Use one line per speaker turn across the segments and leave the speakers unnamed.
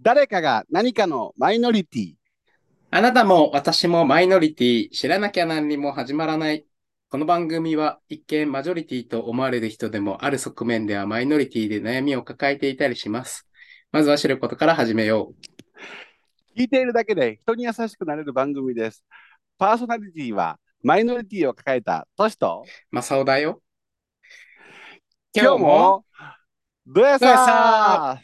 誰かが何かのマイノリティ。
あなたも私もマイノリティ、知らなきゃ何にも始まらない。この番組は一見マジョリティと思われる人でもある側面ではマイノリティで悩みを抱えていたりします。まずは知ることから始めよう。
聞いているだけで人に優しくなれる番組です。パーソナリティはマイノリティを抱えたトシと、
マサオだよ。今日も、
どや
どや
さ
さ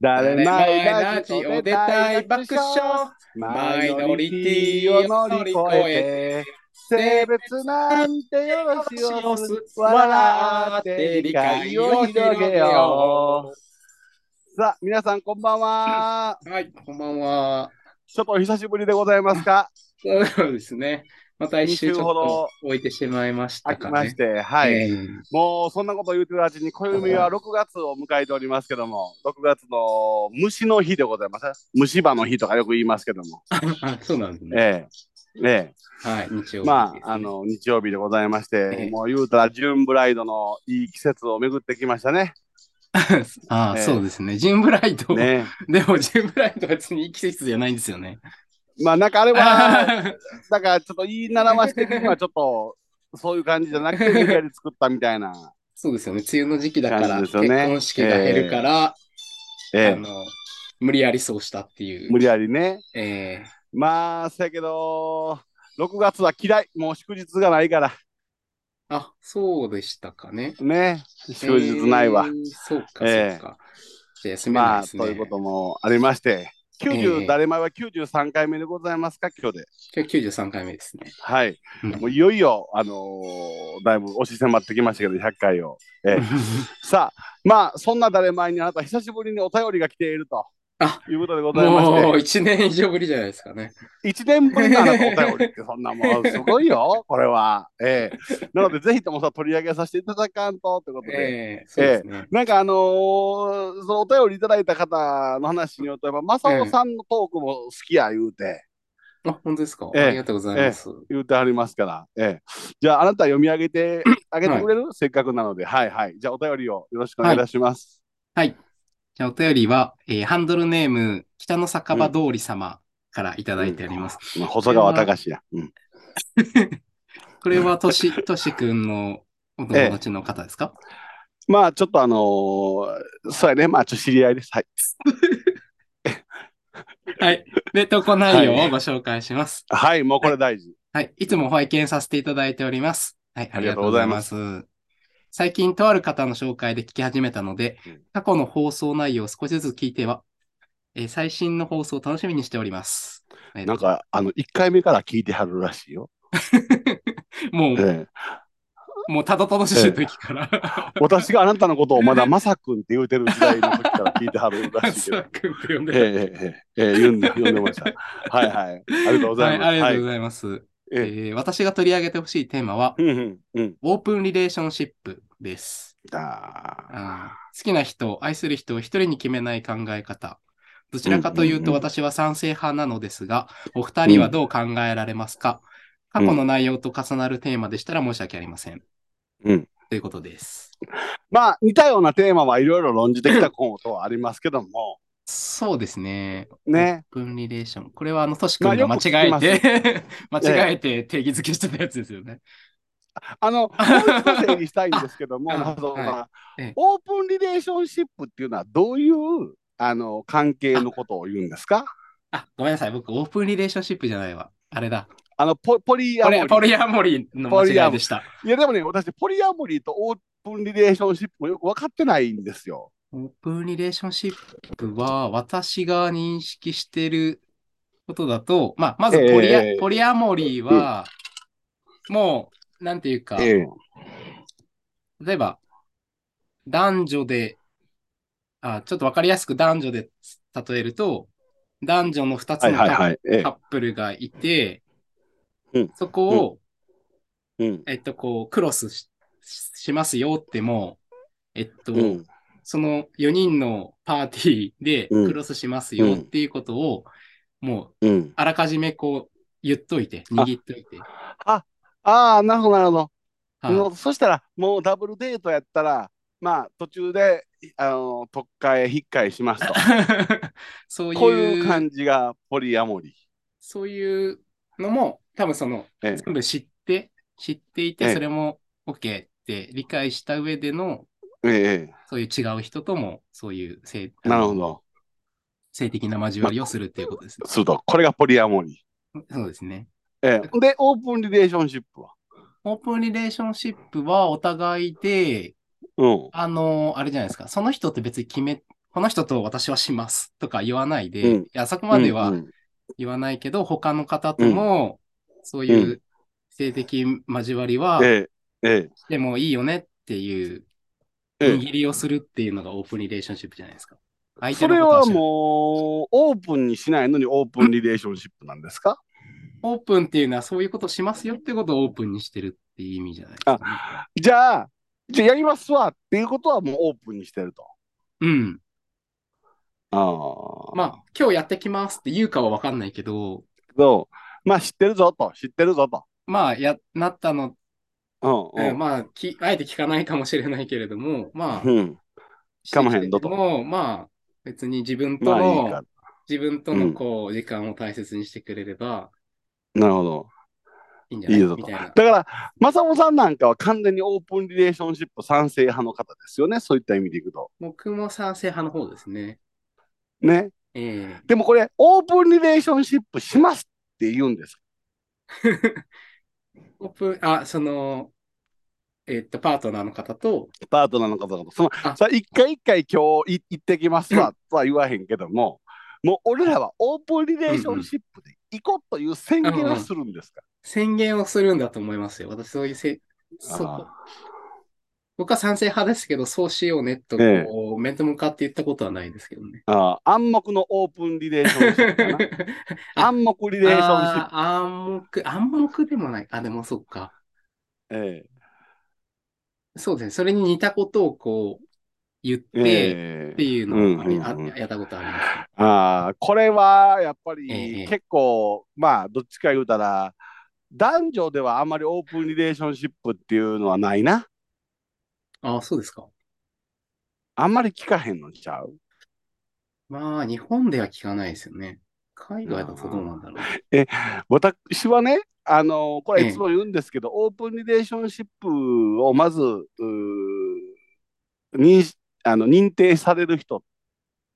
誰もい
誰もい
な
ないい
ラジオ
お
で
出
大
たい
爆
爆
笑
笑
マイノリティを乗り越えて性別なんてよしをす笑って理解を広げようさあ皆さんこんばんは
はい、こんばんは。
ちょっとお久しぶりでございます か
そうですね。また一
二
周
週
ち
ほ
ょっ
ど
と置いてしまいました
飽き
か
まし
ね。
て、はい、
えー
もうそんなこと言うてるうちに暦は6月を迎えておりますけども6月の虫の日でございます虫歯の日とかよく言いますけども
あ、そうなんですね。
ええええ
はい、日曜日、
まあ、あ、の、日曜日でございまして、
ええ
もう言うたら、ジューンブライドのいい季節を巡ってきました ね。
あ
ええ
そうですね。ジンブライト、
ね。
でもジンブライトは別にいい季節じゃないんです よね。
まあ、なんかあれ は、
あ
だからちょっと言い習わし的にはちょっと、そういう感じじゃなくて、無理やり作ったみたいな。
そうですよね。梅雨の時期だか
感
ら、
じです
結
よね
婚式が減るから、あ
ええ。
の、無理やりそうしたっていう。
無理やりね。
ええ
まあ、せやけど、6月は嫌い。もう祝日がないから。
あ、そうでしたかね。
ね。祝日ないわ
え。ーそうか、
ええ
そうか。じゃあ休めな
ま
い
あ、
です
と
ね。
いうこともありまして、90、
ええ
誰前は93回目でございますか、今日で。
今日93回目ですね。
はい。
うん
もういよいよ、あのーだいぶ押し迫ってきましたけど、100回を。ええ さあ、まあ、そんな誰前にあなた、久しぶりにお便りが来ていると
あ
いうことでございま
もう
し
1年以上ぶりじゃないですかね。
て、1年ぶりのあなた、お便りって、そんなもん、すごいよ、これは。ええなので、ぜひともさ、取り上げさせていただかんと、ということで。
ええそうですね。
なんかあのーそのお便りいただいた方の話によると、やっぱ、正雄さんのトークも好きや言うて、
あ、本当ですか、
ええ
ありがとうございます。
言うてはりますから、ええ、じゃああなた読み上げ てあげてくれる、せっかくなのではいはいじゃあお便りをよろしくお願いいたします、
じゃあお便りは、えーハンドルネーム、北の酒場通り様からいただいております。
まあ細川隆や、うん、
これはとし、としくんのお友達の方ですか、
まあちょっとあのーそうやねまあちょっと知り合いですはい
はい。で、投稿内容
はい
をご紹介します。
はいもうこれ大事、
はい。いつも拝見させていただいております。はい。
あ
あ
り
り
がと
がと
う
う
ござ
ござ
い
い
ま
ますす。最近とある方の紹介で聞き始めたので
うん、
過去の放送内容を少しずつ聞いては、えー最新の放送を楽しみにしております。えー
なん、かあの1回目から聞いてはるらしいよ、
もう、
ええ、
もうたどたどしい時から、
私があなたのことをま だまさくんって言うてる時代の時から聞いてはるらしいけ
さ
ど
あくんって呼ん
え
で
え
る。
ええええ言うんで読んでましたはいはいありがとうござ
はいい、
ます
ありがとう
は
ご
い
ざいます。え
ええ
ー私が取り上げてほしいテーマは、
うんうんうん
オープンリレーションシップです。
あー
あー好きな人、愛する人を一人に決めない考え方。どちらかというと
うんうんうん
私は賛成派なのですが、お二人はどう考えられますか、
うん
過去の内容と重なるテーマでしたら申し訳ありません。
うん
ということです。
まあ似たようなテーマはいろいろ論じてきたことはありますけども
そうですね。
ね。
オープンリレーション。これはあの、トシ君が
まあ
間
よく聞き
違
ます
えて、 間違えて定義づけしてたやつですよね。
あ のもう一度整理したいんですけども
あ
まずは
はええ
オープンリレーションシップっていうのはどういうあの関係のことを言うんですか
あ、ごめんなさい。僕、オープンリレーションシップじゃないわ。あれだ。
あのポポリア
こ
モリ
れ、
ー
ポリアモリーの間違いでした。
いやでもね私ポリアモリーとオープンリレーションシップもよく分かってないんですよ。
オープンリレーションシップは、私が認識してることだと、まあ、まずポリア、
ええ
ポリアモリーは、もう、なんていうか、
ええ
例えば、男女で、あ、ちょっとわかりやすく男女で例えると、男女の2つ
はい
のカ
はい
ッ
はい。ええ
カップルがいて、
うん
そこを、
うん
えっと、こう、クロスしししますよっても、えっと、
うん
その4人のパーティーで
うん
クロスしますよっていうことを、もう
うん、
あらかじめこう言っといて、握っといて。
ああなるほどなるほど、
はい
そしたらもうダブルデートやったらまあ、途中で、あの、特化へ引っかえします と。
そう
こういう
いう、
感じがポリアモリー。
そういうのも、多分その、
ええ
全部知って、知ってい
え
て、
え
それも OK って理解した上での、
え
そういう違う人とも、そういう性
え、なるほど。
性的な交わりをするっていうことですね。
すると、これがポリアモリー。
そうですね。
ええ、で、オープンリレーションシップは。
オープンリレーションシップはお互いで、
うん。
あのあれじゃないですか、その人って別に決め、この人と私はしますとか言わないで、
うん
いや、そこまでは
うん
言わないけど、他の方とも、そういうう性的交わりは
うんええ、え
してもいいよねっていう、
え、え
握りをするっていうのがオープンリレーションシップじゃないですか。
え。
相
そ
手
れ
のこと
は
を知る
もう、オープンにしないのにオープンリレーションシップなんですか
オープンっていうのはそういうことしますよってことをオープンにしてるっていう意味じゃないですかね、
じゃあ、じゃあやりますわっていうことはもうオープンにしてると。
うん。
ああ。
まあ、今日やってきますって言うかはわかんないけど、
そう。まあ、知ってるぞと、知ってるぞと。
まあ、や、なったの
うん、うん。
まあき、あえて聞かないかもしれないけれども、まあ、
うん。聞かまへんぞと
してきてもまあ、別に自分と
まあいい
の、
か。
自分と
う
の
ん
こう、時間を大切にしてくれれば
なるほど。
いいんじゃない
いいぞ
み
と。
たいな
だ。から、正雄さんなんかは完全にオープンリレーションシップ賛成派の方ですよね。そういった意味でいくと。
僕も賛成派の方ですね。
ね。
え
でもこれ、オープンリレーションシップしますって言うんです。
えオープン、あ、その、えっと、パートナーの方と、
パートナーの方々。その
あ、
さ一回一回今日い行ってきますわとは言わへんけども、もう俺らはオープンリレーションシップで行こうという宣言をするんですか。
宣言をするんだと思いますよ。私、そういうせ、そ
あ
こ。僕は賛成派ですけど、そうしようねと、こう、
ええ
面と向かって言ったことはないですけどね。
ああ暗黙のオープンリレーションシップか な暗黙リレーションシップ。
あー暗黙、暗黙でもない。あ、でもそうか。
え
そうですね。それに似たことをこう、言っ
え
て、
え
って
え
いうのをあり、
うんうんうん
あやったことあります。
ああこれはやっぱ
ええ
り結構、まあどっちか言うたら男女ではあんまりオープンリレーションシップっていうのはないな。
あ、そうですか。
あんまり聞かへんのちゃう
まあ、日本では聞かないですよね。海外だとどうなんだろう。
私はね、あのこ
ええ
れいつも言うんですけど、オープンリレーションシップをまず、うー認しあの認定される人、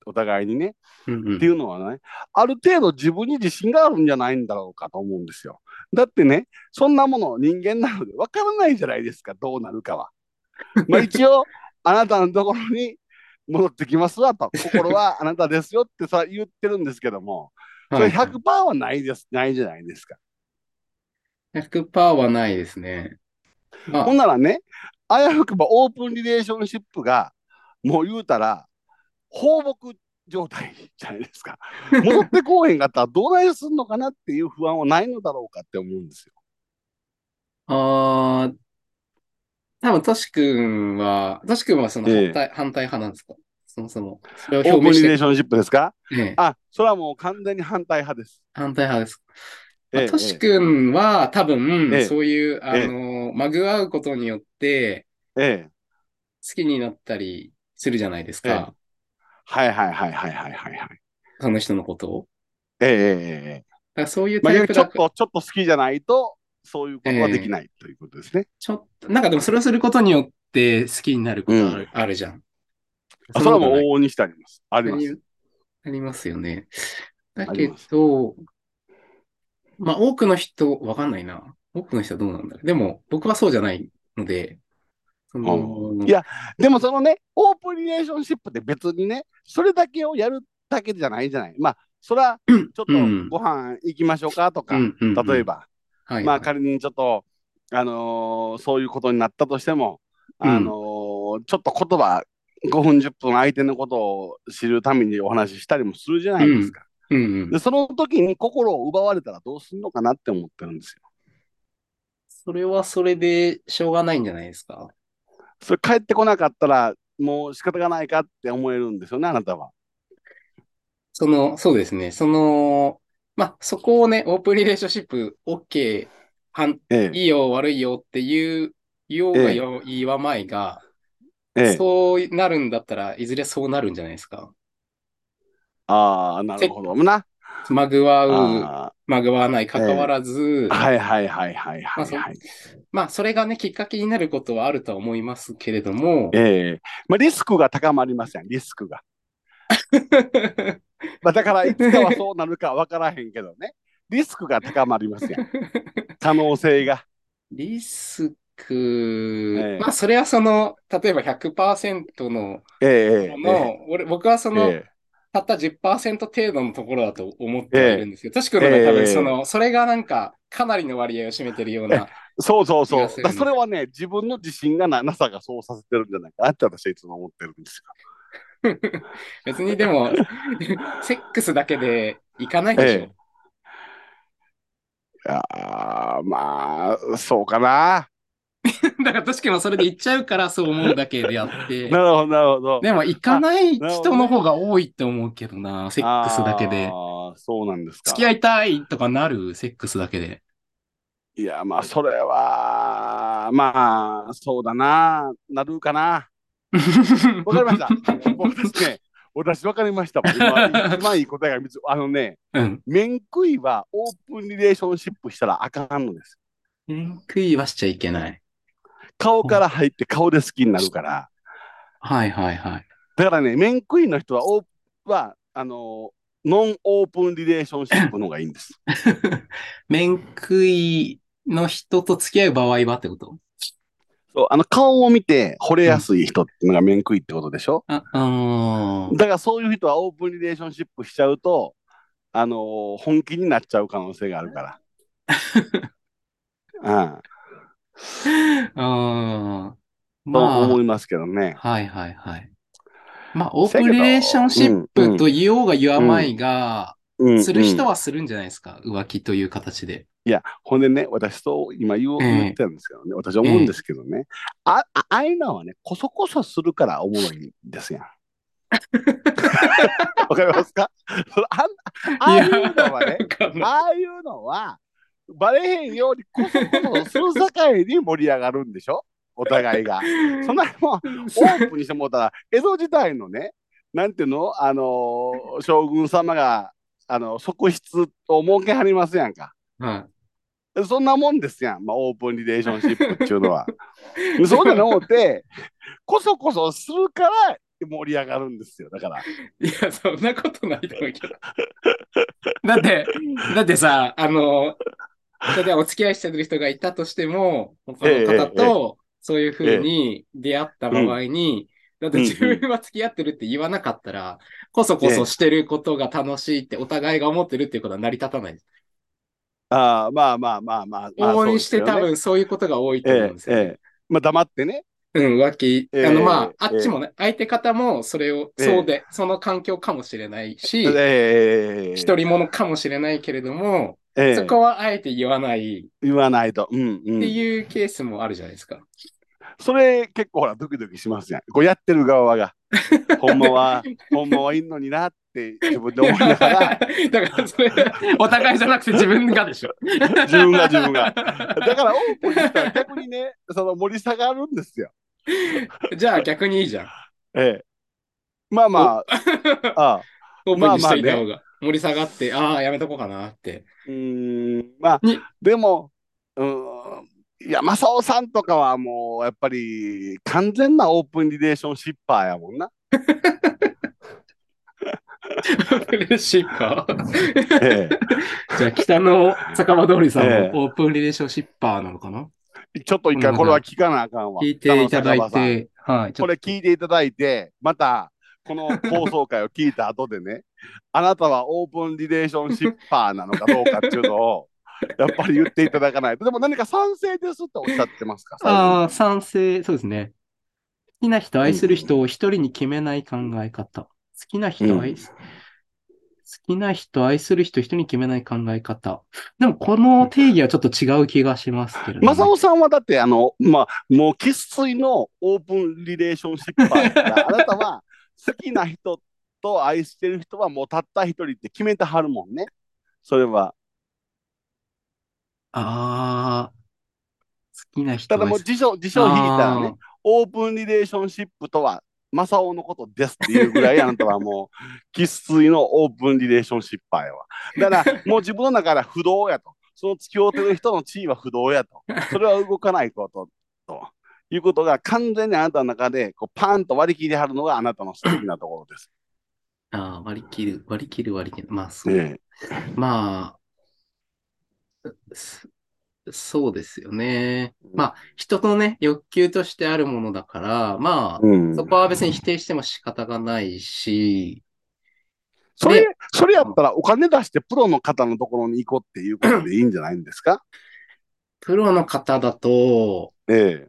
お互いにね、
うんうん
っていうのはね、ある程度自分に自信があるんじゃないんだろうかと思うんですよ。だってね、そんなもの人間なので分からないじゃないですか、どうなるか は。まあ一応、あなたのところに戻ってきますわと、心はあなたですよってさ言ってるんですけども、そ
は
れ
い
100%はないです、ないじゃないですか。
100%はないですね。 ま
ほんならね、危うくばオープンリレーションシップが、もう言うたら、放牧状態じゃないです か。戻ってこうへんかったら、どないすんのかなっていう不安はないのだろうかって思うんですよ。
あ、あー多分トシ君は、トシ君はその
ええ
反対、反対派なんですかそもそも。それを
オー
表
プン
明
リ
し
レー
て、
ションシップですか
ええ
あ、それはもう完全に反対派です。
反対派です。まあ
ええ
トシ君は多分、
ええ
そういう、あ
え
の、まぐわうことによって、
ええ
好きになったりするじゃないですか。
はいはいはいはいはいはいはい。
その人のことを。
えええええ
だからそういう
えまあ、
タイプ
ちょ
だ
っ
から、
と、ちょっと好きじゃないと、そういうことはできないということですね。
ちょっと、なんかでもそれをすることによって好きになることある,、あるじゃん。
あそれはもう
そんな
往々にしてあります。あ
こ
り
とな
ま
い
す。
ありますよね。だ
あり
け
ます
ど、まあ多くの人、わかんないな。多くの人はどうなんだろう。でも僕はそうじゃないので、その
いやでもそのね、オープンリレーションシップって別にね、それだけをやるだけじゃないじゃない。まあ、それはちょっと
うん
ご飯行きましょうかとか、
うんうんうん
例えば、
はい、
まあ仮にちょっと、あのーそういうことになったとしても、あのーちょっと言葉、5分10分相手のことを知るためにお話ししたりもするじゃないですか。
うんうん
で、その時に心を奪われたらどうするのかなって思ってるんですよ。
それはそれでしょうがないんじゃないですか。
それ帰ってこなかったら、もう仕方がないかって思えるんですよね、あなたは。
その、そうですね。その、まあ、そこをね、オープンリレーションシップ、OK、はん
ええ
いいよ、悪いよっていう、言おうがよ、言わまいが、
ええ。
そうなるんだったらいずれそうなるんじゃないですか。
ああ、なるほどな。
まぐわう、
あ
まぐわわない、関わらず、
あはいはいはいはいはい、
ま
はい。
まあそれがね、きっかけになることはあるとは思いますけれども、
ええまあ、リスクが高まりません、リスクが。まあ、だから、いつかはそうなるかわからへんけどね。リスクが高まります やん。可能性が。
リスク、
ええ
まあそれはその、例えば100%の、
ええええ
の俺僕はそ
え
の、
え
たった10%程度のところだと思ってはいるんですけど、トシ君の場合多
ええ
分その、それがなんか、かなりの割合を占めてるよ うな、
そうそうそう。だ
気がす
か
るん
ら
です
それはね、自分の自信がななさがそうさせてるんじゃないかなって私はいつも思ってるんですよ。
別にでも、セックスだけでいかないでしょ。
えあーまあ、そうかな。
だから、トシ君はそれで行っちゃうからそう思うだけであって。
なるほど、なるほど。
でも、行かない
なるほ
人
どね
の方が多いって思うけどな、セックスだけで。
ああ、そうなんですか。
付き合いたいとかなる、セックスだけで。
いや、まあ、それは、まあ、そうだな。なるかな。わかりました。僕ですね、私わかりましたわ。今、今いい答えが見つ、あのね、
うん。
面食いはオープンリレーションシップしたらあかんのです。
食いはしちゃいけない。
顔から入って顔で好きになるから。
はいはいはい。
だからね、面食いの人はオーはあのーノンオープンリレーションシップの方がいいんです。
面食いの人と付き合う場合はってこと
そうあの顔を見て惚れやすい人っていうのが面食いってことでしょ、
あ、あー
だからそういう人はオープンリレーションシップしちゃうと、あのー本気になっちゃう可能性がある から。うん、
あー。
と
まあ、
思いますけどね。
はいはいはい。まあ、オープンリレーションシップと言おうが言わないが、
うん
する人
うん
はするんじゃないですか、浮気という形で。
いや、ほんでね、私そう今言おう
ええ
言ってたんですけどね、私思うんですけどね、ああああいうのはね、こそこそするからおもろいんですやん。わかりますか そのあんああいうの はね、 ああいうのは、バレへんようにこそこそするさかいに盛り上がるんでし ょお互いが。そんなもん、オープンにしてもうた ら、江戸時代のね、なんていうの、あのー将軍様が、あの、側室を設けはりますやんか。
は
そんなもんですやん、まあ、オープンリレーションシップっていうの は。そうなの思って、こそこそするから盛り上がるんですよ、だから。
い、いや、そんなことないと思うけど。だって、だってさ、あの、例えばお付き合いしてる人がいたとしても、他の方
えええ
とそういうふうに出会った場合に、だって自分は付き合ってるって言わなかったら、こそこそしてることが楽しいってお互いが思ってるっていうことは成り立たない。
ああまあまあまあまあ、まあ。
往々にして多
そうで
分そういうことが多い
す
と思う
よ
ん
ね
です
ええ
よね。
ええまあ、黙ってね。
うん、浮気。
ええ
あの、まあ、
ええ
あっちもね、相手方もそれを、
ええ
そうで、その環境かもしれないし、
ええええ
一人者かもしれないけれども、
ええ
そこはあえて言わない
言わないと。うんう
って
ん。
いうケースもあるじゃないですか。
それ結構ほら、ドキドキしますやん。こうやってる側 が。ほんまは、ほんまはいんのになって自分で思いな
だ
が、
からら、それ、お互いじゃなくて自分がでしょ。
自分が自分が。だからオープンにしたら逆にね、その盛り下がるんですよ。
じゃあ逆にいいじゃん。
ええ。まあまあ、ああ
オープンにしといた方
まあ
が。盛り下がって、ああ、やめとこうかなって。
うーん、まあ
に、
でも、うーん、山尾さんとかはもう、やっぱり、完全なオープンリレーションシッパーやもんな。
嬉しいか。
え
じゃあ北の酒場通りさん
ええ
もオープンリレーションシッパーなのかな
え、ちょっと一回、これは聞かなあかんわ。
聞いていた
北
だ
野坂
い
場
て、はい。
さんこれ聞いていただいて、また、この放送回を聞いた後でね、 あなたはオープンリレーションシッパーなのかどうかっていうの を、やっぱり言っていただかないと。でも何か賛成ですっておっしゃってますか最後に
ああ、賛成、そうですね。好きな人、愛する人を一人に決めない考え方。好きな人、愛す、好きな人、愛する人、一人に決めない考え方。でも、この定義はちょっと違う気がしますけれども。
マサオさんはだって、あの、まあ、もう生粋のオープンリレーションシップやから、あなたは好きな人と愛してる人はもうたった一人って決めてはるもんね。それは。
ああ、好きな人、
ただもう
愛する
辞書、辞書を引いたらね、オープンリレーションシップとは、マサオのことですっていうぐらい、あなたはもう、 生粋のオープンリレーションシッパーやわ。だから、もう自分の中で不動やと。その付き合うてる人の地位は不動やと。それは動かないこと、ということが完全にあなたの中で、こうパーンと割り切りはるのがあなたの素敵なところです。
ああ、割り切る、割り切る、割り切る。まあ、そう。
ね
まあ、すそうですよね。まあ、人のね、欲求としてあるものだから、ま
え。う
あ、
ん
そこは別に否定しても仕方がないし、
それ、それやったらお金出してプロの方のところに行こうっていうことでいいんじゃないんですか
プロの方だと、
ええ。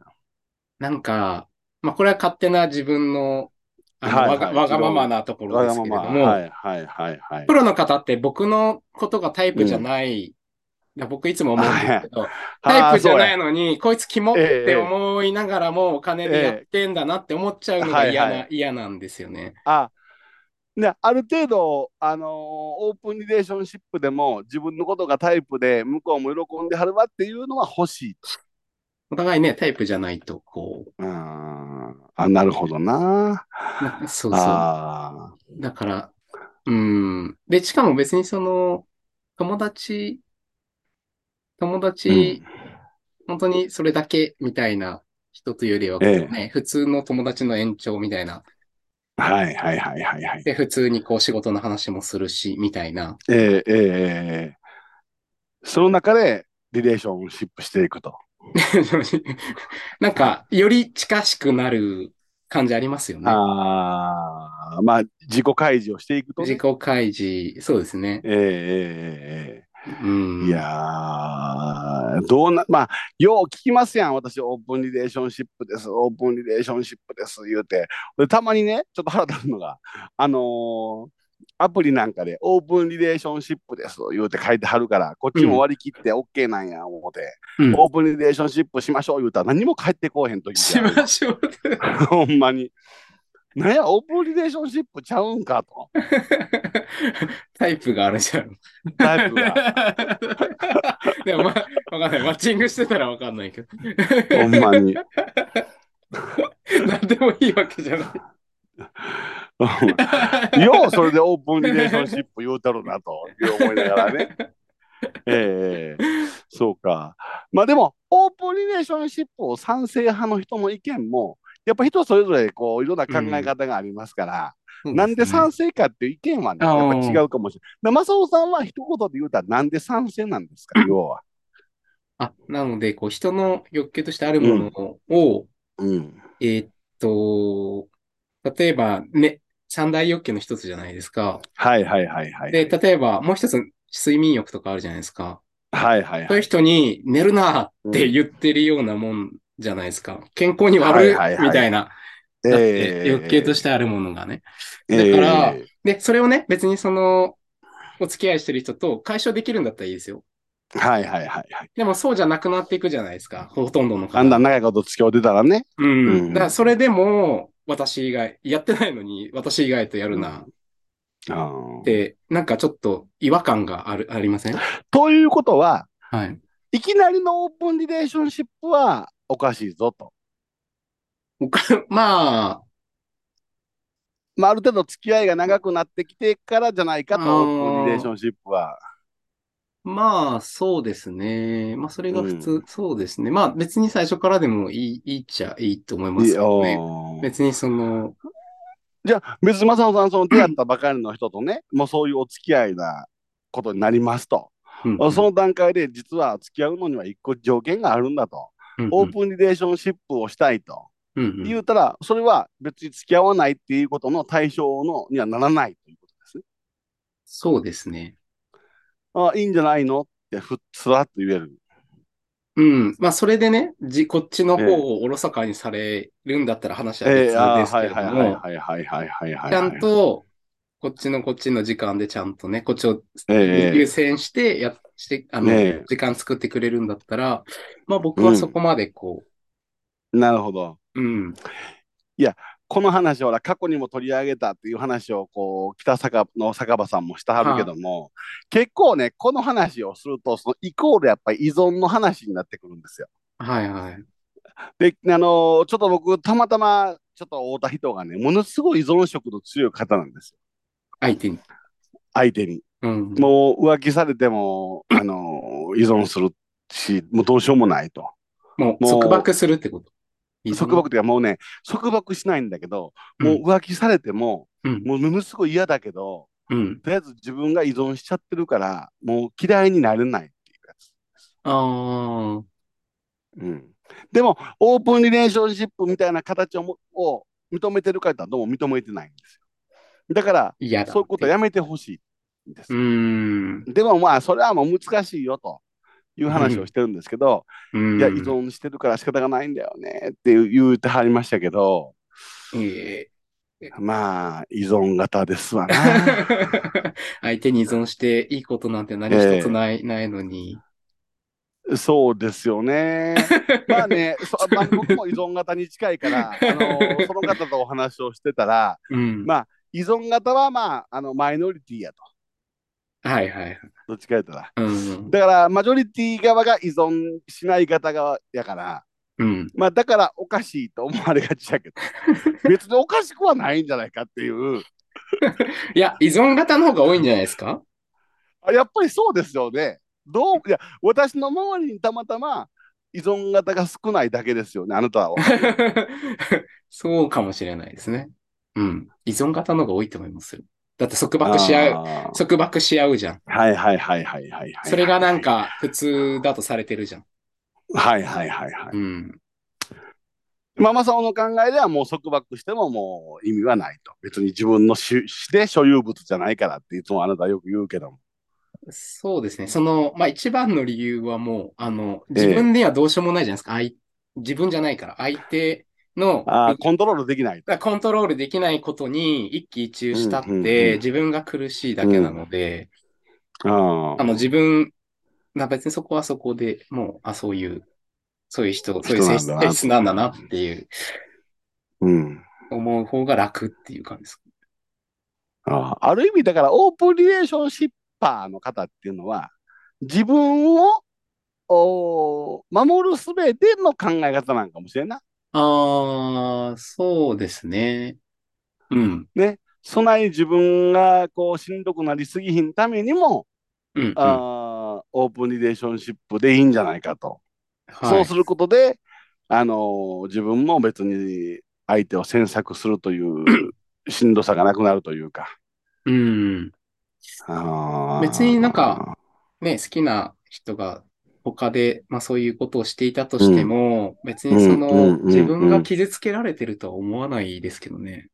なんか、まあ、これは勝手な自分の、あの
はいはい
わがわがままなところ
わ
で
が
す
ま
けれ
ま。
ども、
はいはいはいはい
プ。ロの方って僕のことがタイプじゃない、僕いつも思うんですけど、タイプじゃないのに、こいつキモっ
えええ
て
え
思いながらもお金でやってんだなって思っちゃうのが嫌
はいは
な、嫌なんですよね。
あね、ある程度、あのーオープンリレーションシップでも自分のことがタイプで向こうも喜んではるわっていうのは欲しいと。
お互いね、タイプじゃないと、こ
うーんあなるほどな。
う、なんかそうそう。
あー
だから、うん。で、しかも別にその、友達、友達、本当にそれだけみたいな人というよりは、
ええ
ね、普通の友達の延長みたいな。
はいはいはいはいはい。
で、普通にこう仕事の話もするし、みたい な。
えー、えーえーその中でリレーションシップしていくと。
なんか、より近しくなる感じありますよね。
あーまあ自己開示をしていくとね、
自己開示、そうですね。
えーえーえーえー
うん。
いやー、どうな、まあ、よう聞きますやん、私、オープンリレーションシップです、オープンリレーションシップです、言うて。で、たまにね、ちょっと腹立つのが、あのーアプリなんかで、オープンリレーションシップです、言うて書いてはるから、こっちも割り切って OK なんや、思って、
うん
オープンリレーションシップしましょう、言うたら、何も返ってこうへん時
し
きがある
ましょう。
ほんまに。なんや、オープンリレーションシップちゃうんかと、
タイプがあるじゃん。
タイプ が。
でも、ま、わかんない。マッチングしてたらわかんないけど。
ほんまに。
何でもいいわけじゃない。
ようそれでオープンリレーションシップ言うたるなという思いながら ね。ええそうか。まあでも、オープンリレーションシップを賛成派の人の意見も、やっぱ人それぞれこういろんな考え方がありますから、なんで賛成かっていう意見はね、
あ
やっ
ー
ぱ違うかもしれない。で、正雄さんは一言で言うたら、なんで賛成なんです か、要は。
あ、なので、こう、人の欲求としてあるものを、
うん。
えーっと、例えば、ね、三大欲求の一つじゃないですか。
はいはいはいはい。
で、例えば、もう一つ、睡眠欲とかあるじゃないですか。
はいはい
そう
はいい。
う人に、寝るなって言ってるようなもんじゃないですか。健康に悪
はい
い
はいはい
みたいな、
え、
だって欲求としててあるものがね。
ええ
だからで、それをね、別にその、お付き合いしてる人と解消できるんだったらいいですよ。
はいはいはいはい。
でもそうじゃなくなっていくじゃないですか。ほとんどの方
だんだん長いこと付き合うてたらね。
うん。
うん
だからそれでも、私以外、やってないのに、私以外とやるな
あ
っ
ー
て、なんかちょっと違和感がある、ありません
ということは、
はい。
いきなりのオープンリレーションシップはおかしいぞと。
おかま
まあ、ある程度付き合いが長くなってきてからじゃないか
あー
と、オープンリレーションシップは。
あ、まあ、そうですね。まあ、それが普通、
う
そうですね。まあ、別に最初からでもいい、いいっちゃいいと思います
い
け
や
どね。
おー
別にその、
じゃあ、別に正雄さん、その出会ったばかりの人とね、もうそういうお付き合いなことになりますと。
うん
その段階で、実は付き合うのには一個条件があるんだと。
うん
オープンリレーションシップをしたいと。
うんうん
言うたら、それは別に付き合わないっていうことの対象のにはならないということですね。
そうですね。
あいいんじゃないのって、ふっつらっと言える。
うん。まあ、それでね、じ、こっちの
え
方
え
をおろそかにされるんだったら話は
え
別
えあ
で
あ
すけ
はい
れど
はい
も、
はいはいはいはいはいはい。
ちゃんと、こっちのこっちの時間でちゃんとね、こっちを優
ええ
先してやっ、して、あの、
ええ
時間作ってくれるんだったら、まあ僕はそこまでこ
なるほど。
う、うん、
この話をほら過去にも取り上げたっていう話をこう北坂の坂場さんもしたはるけども、結構ねこの話をするとそのイコールやっぱり依存の話になってくるんですよ。
はいはい。
で、あのーちょっと僕、たまたま、ちょっと会った人がね、ものすごい依存色の強い方なんですよ。
相手に。
相手に。
うん。
もう浮気されても、あのー依存するし、もうどうしようもないと。
もう、
もう
束縛するってこと。
束縛っていうかもうね、束縛しないんだけど、
うん
もう浮気されても、
うん。
もうものすごい嫌だけど、
うん。
とりあえず自分が依存しちゃってるから、もう嫌いになれないっていうやつ。
ああ。
うん、でも、オープンリレーションシップみたいな形をもを認めてる方はどうも認めてないんですよ。だから、
嫌だ。
そういうことやめてほしいんです
う。ーん。
でもまあ、それはもう難しいよという話をしてるんですけど、
うん。
いや、依存してるから仕方がないんだよねっていう言うてはりましたけど、
ええ
まあ、依存型ですわ な。
相手に依存していいことなんて何一つない、ないのに。
そうですよね。まあね、そまあ、僕も依存型に近いから、あのその方とお話をしてたら、
うん。
まあ、依存型はまあ、あの、マイノリティやと。
はいはいはい。
どっちか言ったら。
うん。
だから、マジョリティ側が依存しない方側やから、
うん。
まあ、だからおかしいと思われがちやけど、別におかしくはないんじゃないかっていう。
いや、依存型の方が多いんじゃないですか
あやっぱりそうですよね。どう、いや、私の周りにたまたま依存型が少ないだけですよね、あなたは。
そうかもしれないですね。うん。依存型の方が多いと思いますよ。だって束縛し合
あ
う、
ー
束縛し合うじゃん。
はいはいはいはいはいはいはい。
それがなん。か普通だとされてるじゃん。
はいはいはいは
うん。
い。ママさんの考えではもう束縛してももう意味はないと。別に自分のしして所有物じゃないからっていつもあなたはよく言うけども。
そうですね。その、まあ一番の理由はもう、あの、自分ではどうしようもないじゃないですか。あい自分じゃないから。相手の
あーコントロールできない。
だからコントロールできないことに一喜一憂したっ
うんうんうん
て自分が苦しいだけなので、
あ
あの自分、まあ別にそこはそこでもう、あ、そういう、そういう人、そういう性質
人なんだな
性質なんだなっていう
うん、
思う方が楽っていう感じです。
あある意味だからオープンリレーションシッパーの方っていうのは自分をおー守るすべての考え方なんかもしれんな
ああ、そうですね。うん。
そない自分がこうしんどくなりすぎひんためにも、
うん、うん。
あーオープンリレーションシップでいいんじゃないかと、
はい
そうすることで、あのー自分も別に相手を詮索するというしんどさがなくなるというか
うん。
あー
別になんかね、好きな人が他で、まあそういうことをしていたとしても、別にそ
うんうん
の
うんうん
自分が傷つけられてるとは思わないですけどね。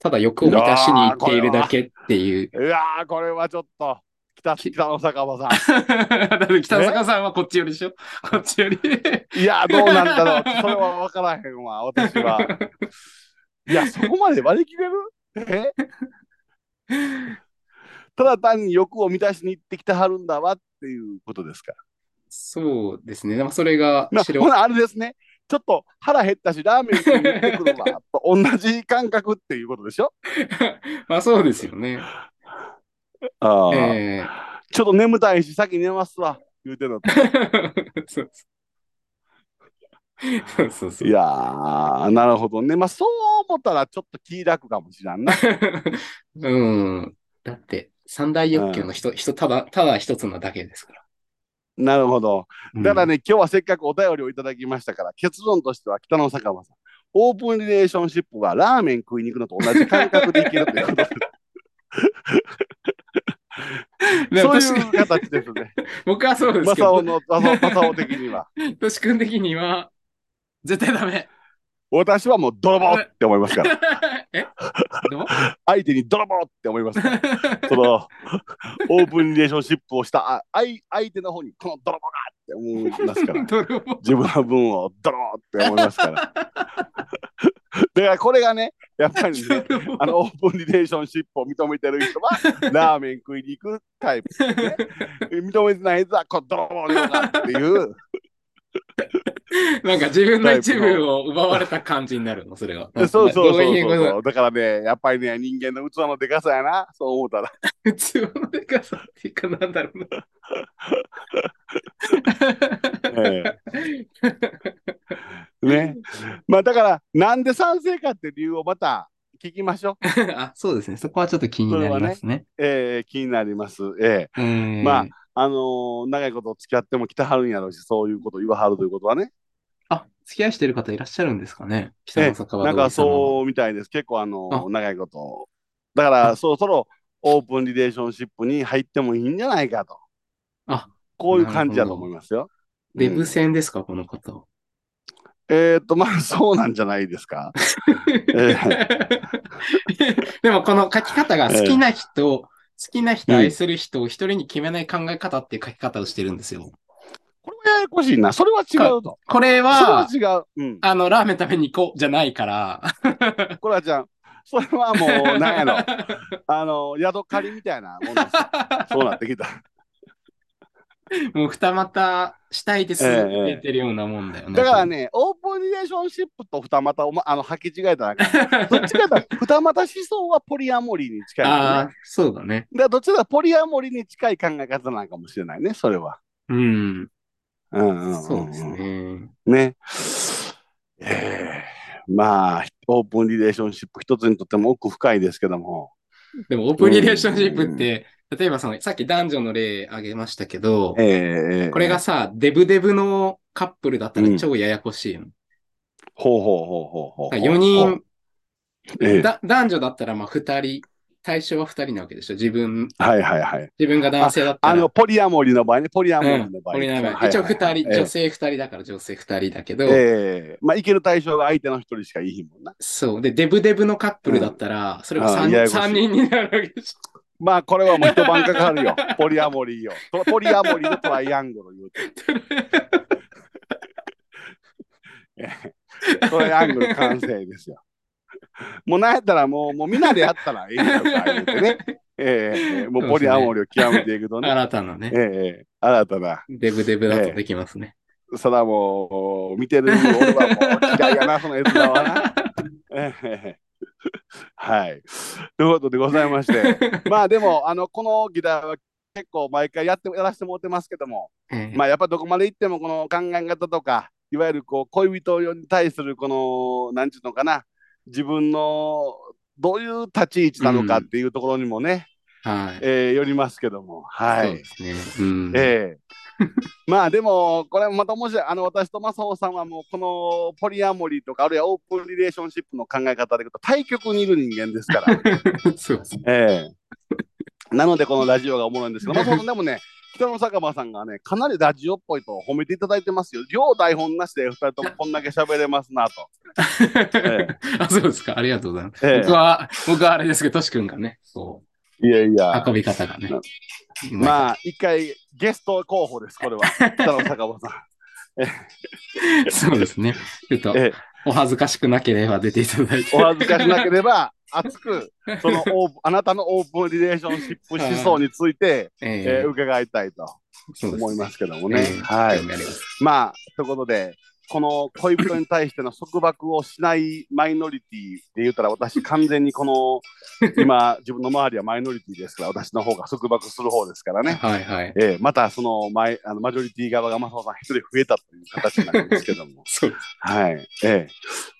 ただ欲を満たしに行っているだけっていう。
うわーこれはちょっと北北の坂場さん
だって北坂さんはこっちよりでしょこっちより。
いや、どうなんだろう。 それは分からへんわ、私は。いや、そこまで割り切れるえ ただ単に欲を満たしに行ってきてはるんだわっていうことですか。
そうですね。でもそれが
まあ、
白
ほなあれですね。ちょっと腹減ったし、ラーメン食いに行ってくるわ、と同じ感覚っていうことでしょ
まあそうですよね。
ああ
ええ
ちょっと眠たいし、先寝ますわ、言うてんのと。
そうそう。そうそうそ う
い。やー、なるほどね。まあ、そう思ったらちょっと気楽かもしらんな。
うん。だって、三大欲求の人、人、ただ、ただ一つなだけですから。
なるほど。
うん
だからね、今日はせっかくお便りをいただきましたから、結論としては北野坂間さん、オープンリレーションシップはラーメン食いに行くのと同じ感覚でいけるということ で
でも
そういう
確かに
形ですね。
僕はそうです
マ
け
サオ
ど、
の、マサオマサオ的には。
トシ君的には、絶対ダメ。
私はもう泥棒って思いますから、
え どう
相手に泥棒って思います から、その、オープンリレーションシップをしたあ相相手の方に、この泥棒がって思います から。
泥棒。
自分の分をドローって思いますから。 だからこれがね、やっぱり ね、
泥棒
あのオープンリレーションシップを認めてる 人はラーメン食いに行くタイプ、ね、認めてない人はこう泥棒だなっていう
なんか自分の一部を奪われた感じになるの、それが。
そうそうそう
ど
そう
いうこと
だからねやっぱりね人間の器のでかさやなそう思った ら
器のでかさっていうかなんだろうな。
え まあだから、なんで賛成かっていう理由をまた聞きましょう。
あ、そうですね。そこはちょっと気になりますね。
えー気になります。え
う
え
ん
まあ、あのー長いこと付き合っても来てはるんやろうし、そういうこと言わはるということはね。
あ、付き合いしてる方いらっしゃるんですかね。北
え
の坂場
なん
通り
か
さんは
そうみたいです。結構あの
あ
長いこと。だからそろそろオープンリレーションシップに入ってもいいんじゃないかと。
あ、
こういう感じだと思いますよ。
デブ戦ですか、この方。
えーっと、まあそうなんじゃないですか。
でもこの書き方が好きな人、好きな人、愛する人を一人に決めない考え方っていう書き方をしてるんですよ。
これはややこしいな。それは違うと。
これ
そ
は、
れは違う。うん。
あの、ラーメン食べに行こうじゃないから。
これはじゃあ、それはもう、なん やろ。あの、宿借りみたいなもんです。そうなってきた。
もう二股したいですって言ってるようなもんだよね。
だからね、オープンリレーションシップと二股を、ま、あの履き違えたらあかんどっちかというと二股思想はポリアモリーに近いよね、
ああ、そうだね。
だからどっちらかポリアモリに近い考え方なのかもしれないね、それは。
うん。
うんうんんん
そうです。ね。
ね。えーまあ、オープンリレーションシップ一つにとっても奥深いですけども。
でも、オープンリレーションシップって、例えばその、さっき男女の例挙げましたけど、
えー
これが、さ、デブデブのカップルだったら超ややこしいよね。
ほうほうほうほうほうほう。
4人、
ええ
だ男女だったらまあ2人、対象は2人なわけでしょ。自分、
はいはいはい。
自分が男性だったら。
あの、ポリアモリの場合ね、ポリア
う
モリ
ん、
の場合。
俺の名前
はい
一応
はいは
2
い
人、女性2人だから女性2人だけど、
ええまあ、いける対象が相手の一人しかいいひんもんな。
そう。で、デブデブのカップルだったら、それが
あ
3,
ややこしい
三人になるわけでしょ。
まあ、これはもう一晩かかる よ。ポリアモリーよ。トラポリアモリーのトライアングル言うて。 トライアングル完成ですよ。もうなんやったらもうもうみんなでやったらいいとか言うてね。ええもうポリアモリを極めていくとね。
新たなね
え、え新たな。
デブデブだとできますね。
そらもう見てる俺はもう嫌いやな、その絵面はな。 ええはい。ということでございま して。まあでも、あの、この議題は結構毎回やってやらせてもらってますけども、
ええ
まあやっぱどこまで行ってもこの考え方とかいわゆるこう恋人に対するこのなんちゅうのかな自分のどういう立ち位置なのかっていうところにもね、
はい。
えーよりますけどもは
そう
い
で。すね。うん。
ええ まあでもこれまた面白いあの私と正雄さんはもうこのポリアモリーとかあるいはオープンリレーションシップの考え方でいうと対極にいる人間ですから。
そうですね。
ええ なのでこのラジオがおもろいんですけど、まあ、そのでもね、北野坂場さんがね、かなりラジオっぽいと褒めていただいてますよ。両台本なしで2人ともこんだけ喋れますなと。え
あ、そうですか。ありがとうございます。
ええ
僕は、僕はあれですけど、トシ君がね、こ、
いやいうや、
運び方がね。あ、
まあ、一回ゲスト候補です、これは。北野坂場さん。
そうですね。ちょっと
ええ、
お恥ずかしくなければ出ていただいて。
お恥ずかしなければ、熱く、そのオープンあなたのオープンリレーションシップ思想について、
え
えー伺いたいと
そうです
思いますけども
え
ね。
え
はい
興。味あります
まあ、ということで、この恋人に対しての束縛をしないマイノリティで言ったら、私、完全にこ の、今、自分の周りはマイノリティですから、私の方が束縛する方ですからね。
はいはい。。
ええまた、そのマイあのマジョリティ側が、マサオさん一人増えたという形になるんですけども
そうです。
はい。え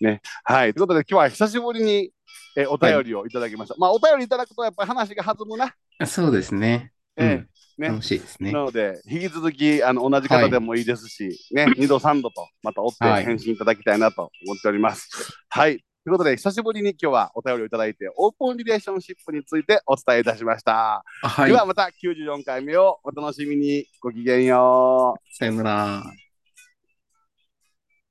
えね。はい。ということで、今日は久しぶりに、えお便りをいただきました。まあ、お便りいただくと、やっぱり話が弾むな。
あそうですね。
ええ
うん
ね
楽しいですね
な。ので、引き続きあの同じ方でもいいですし、ね、2度、3度とまた追って
はい
返信いただきたいなと思っております。はい、ということで、久しぶりに今日はお便りをいただいて、オープンリレーションシップについてお伝えいたしました。
あはい
で。はまた94回目をお楽しみに。ごきげんよう。
さよなら。